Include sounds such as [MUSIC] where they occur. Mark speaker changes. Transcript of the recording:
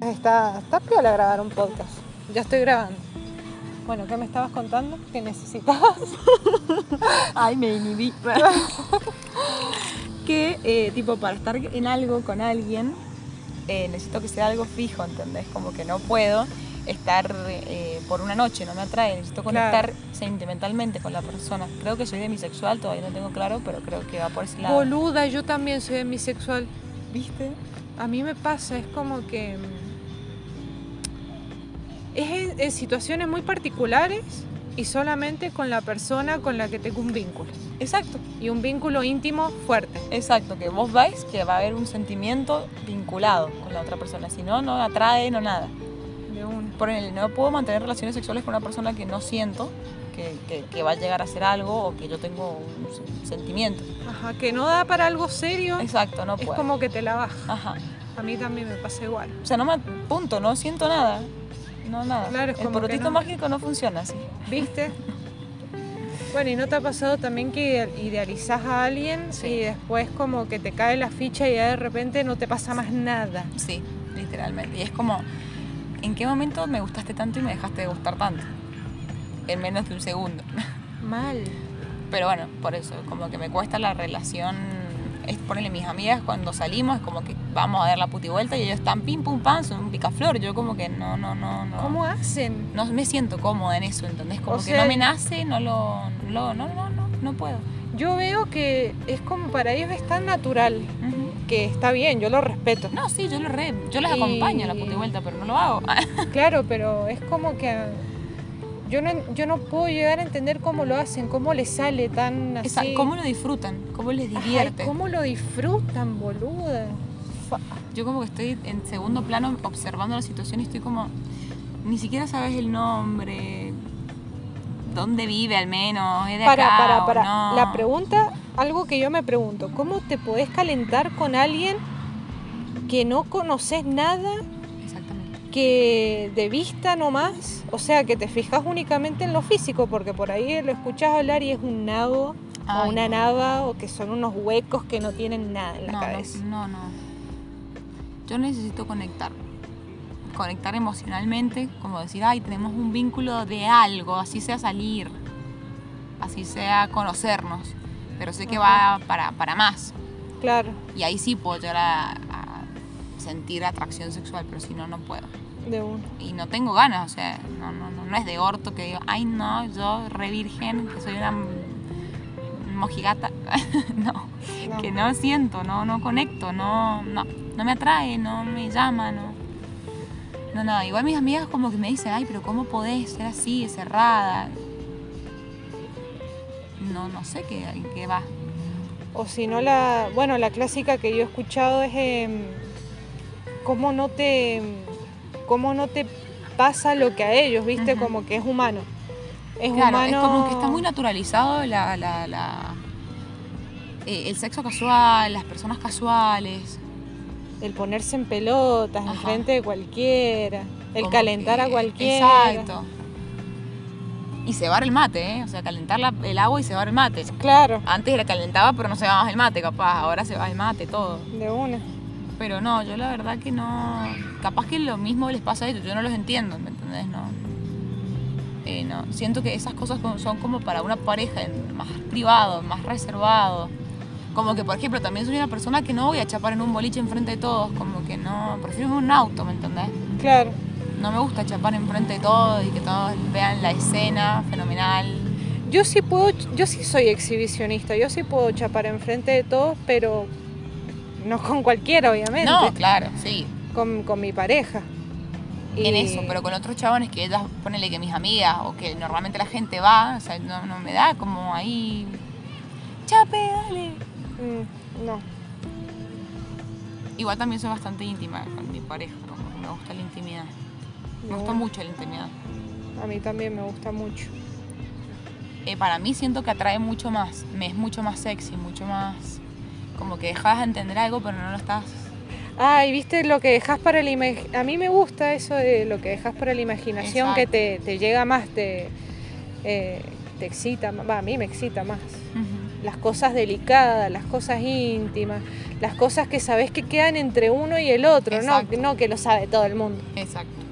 Speaker 1: está, está piola grabar un podcast. Ya estoy grabando. Bueno, ¿qué me estabas contando? ¿Qué necesitabas? [LAUGHS]
Speaker 2: Ay, me inhibí. [LAUGHS] que, eh, tipo, para estar en algo con alguien, eh, necesito que sea algo fijo, ¿entendés? Como que no puedo estar eh, por una noche, no me atrae. Necesito conectar sentimentalmente con la persona. Creo que soy demisexual, todavía no tengo claro, pero creo que va por ese lado.
Speaker 1: Boluda, yo también soy bisexual.
Speaker 2: ¿Viste?
Speaker 1: A mí me pasa, es como que. mm, Es en, en situaciones muy particulares y solamente con la persona con la que tengo un vínculo.
Speaker 2: Exacto,
Speaker 1: Y un vínculo íntimo fuerte.
Speaker 2: exacto. Que vos vais que va a haber un sentimiento vinculado con la otra persona. Si no, no atrae, no nada.
Speaker 1: De una.
Speaker 2: Por el no puedo mantener relaciones sexuales con una persona que no siento que, que- que va a llegar a hacer algo o que yo tengo un sen- sentimiento.
Speaker 1: Ajá, que no da para algo serio.
Speaker 2: Exacto, no
Speaker 1: es
Speaker 2: puedo.
Speaker 1: como que te la baja.
Speaker 2: Ajá.
Speaker 1: A mí también me pasa igual.
Speaker 2: O sea, no me. Punto, no siento nada. No, nada.
Speaker 1: Claro, es
Speaker 2: el
Speaker 1: como que
Speaker 2: porotito
Speaker 1: no.
Speaker 2: mágico no funciona así.
Speaker 1: ¿Viste? Bueno, ¿y no te ha pasado también que idealizás a alguien
Speaker 2: Sí.
Speaker 1: y después como que te cae la ficha y ya de repente no te pasa más nada?
Speaker 2: Sí, literalmente. Y es como, ¿en qué momento me gustaste tanto y me dejaste de gustar tanto? En menos de un segundo.
Speaker 1: Mal.
Speaker 2: Pero bueno, por eso, como que me cuesta la relación. Es ponerle mis amigas cuando salimos, es como que vamos a dar la puti vuelta y ellos están pim pum pam, son un picaflor. Yo como que no, no, no, no.
Speaker 1: ¿Cómo hacen?
Speaker 2: No me siento cómoda en eso, ¿entendés? Como
Speaker 1: O
Speaker 2: que
Speaker 1: sea-
Speaker 2: no me nace, no lo, lo- No, no, no, no puedo.
Speaker 1: Yo veo que es como para ellos es tan natural,
Speaker 2: Ujú.
Speaker 1: que está bien, yo lo
Speaker 2: [LAUGHS]
Speaker 1: respeto.
Speaker 2: No, sí, yo lo re, yo las
Speaker 1: Y-
Speaker 2: acompaño a la puta vuelta, pero no lo hago. Ah,
Speaker 1: Claro, pero es como que ah, yo no, yo no puedo llegar a entender cómo lo hacen, cómo les sale tan así.
Speaker 2: Esa- ¿Cómo lo disfrutan? ¿Cómo les
Speaker 1: Ah, Ay,
Speaker 2: divierte?
Speaker 1: ¿Cómo lo disfrutan, boluda?
Speaker 2: Yo como que estoy en segundo plano observando la situación y estoy como, ni siquiera sabes el nombre, dónde vive al menos, es de
Speaker 1: Para,
Speaker 2: acá
Speaker 1: para,
Speaker 2: o
Speaker 1: para.
Speaker 2: no.
Speaker 1: La pregunta, algo que yo me pregunto, ¿cómo te podés calentar con alguien que no conoces nada,
Speaker 2: Exactamente.
Speaker 1: que de vista nomás? O sea, que te fijas únicamente en lo físico, porque por ahí lo escuchás hablar y es un nabo,
Speaker 2: Ay,
Speaker 1: o una
Speaker 2: no.
Speaker 1: nava, o que son unos huecos que no tienen nada en la
Speaker 2: no,
Speaker 1: cabeza.
Speaker 2: No, no, no. Yo necesito conectar. Conectar emocionalmente, como decir, ay, tenemos un vínculo de algo, así sea salir, así sea conocernos, pero sé que va para, para más.
Speaker 1: Claro,
Speaker 2: Y ahí sí puedo llegar a, a sentir atracción sexual, pero si no, no puedo.
Speaker 1: de uno.
Speaker 2: Y no tengo ganas, o sea, no, no, no, no es de orto que digo, ay, no, yo re virgen, que soy una m- mojigata. [LAUGHS] no
Speaker 1: No.
Speaker 2: que no siento, no, no conecto, no, no, no me atrae, no me llama, no. No, no, igual mis amigas como que me dicen, ay, pero ¿cómo podés ser así, cerrada? No, no sé qué, en qué va.
Speaker 1: O si no, la, bueno, la clásica que yo he escuchado es em, cómo no te cómo no te pasa lo que a ellos, ¿viste?
Speaker 2: Ujú.
Speaker 1: Como que es humano. Es
Speaker 2: Claro,
Speaker 1: humano.
Speaker 2: es como que está muy naturalizado la, la, la- eh, el sexo casual, las personas casuales.
Speaker 1: el ponerse en pelotas
Speaker 2: Ajá.
Speaker 1: enfrente de cualquiera, el
Speaker 2: como
Speaker 1: calentar a
Speaker 2: que-
Speaker 1: cualquiera.
Speaker 2: Exacto. Y cebar el mate, ¿eh? O sea, calentar la- el agua y cebar el mate.
Speaker 1: Claro,
Speaker 2: Antes la calentaba, pero no se va más el mate, capaz. Ahora se va el mate, todo.
Speaker 1: de una.
Speaker 2: Pero no, yo la verdad que no. Capaz que lo mismo les pasa a ellos. Yo no los entiendo, ¿me entendés? No. Eh, no. Siento que esas cosas como- son como para una pareja en- más privado, más reservado. Como que, por ejemplo, también soy una persona que no voy a chapar en un boliche enfrente de todos. Como que no. Prefiero en un auto, ¿me entendés?
Speaker 1: Claro.
Speaker 2: No me gusta chapar enfrente de todos y que todos vean la escena fenomenal.
Speaker 1: Yo sí puedo, yo sí soy exhibicionista, yo sí puedo chapar enfrente de todos, pero no con cualquiera, obviamente.
Speaker 2: No, claro, sí.
Speaker 1: con, con mi pareja.
Speaker 2: en
Speaker 1: Y-
Speaker 2: eso, pero con otros chabones que ellas, ponele que mis amigas o que normalmente la gente va, o sea, no, no me da como ahí. Chape, dale.
Speaker 1: Mm, no.
Speaker 2: Igual también soy bastante íntima con mi pareja, como que me gusta la intimidad. Me
Speaker 1: no.
Speaker 2: gusta mucho la intimidad.
Speaker 1: A mí también me gusta mucho.
Speaker 2: Eh, para mí siento que atrae mucho más, me es mucho más sexy, mucho más. Como que dejas de entender algo, pero no lo estás.
Speaker 1: Ay, viste lo que dejas para la imaginación. A mí me gusta eso de lo que dejas para la imaginación, que te, te llega más, te, eh, te excita más. Va, a mí me excita más. las cosas delicadas, las cosas íntimas, las cosas que sabes que quedan entre uno y el otro, no,
Speaker 2: Exacto.
Speaker 1: no que lo sabe todo el mundo.
Speaker 2: Exacto. Eh,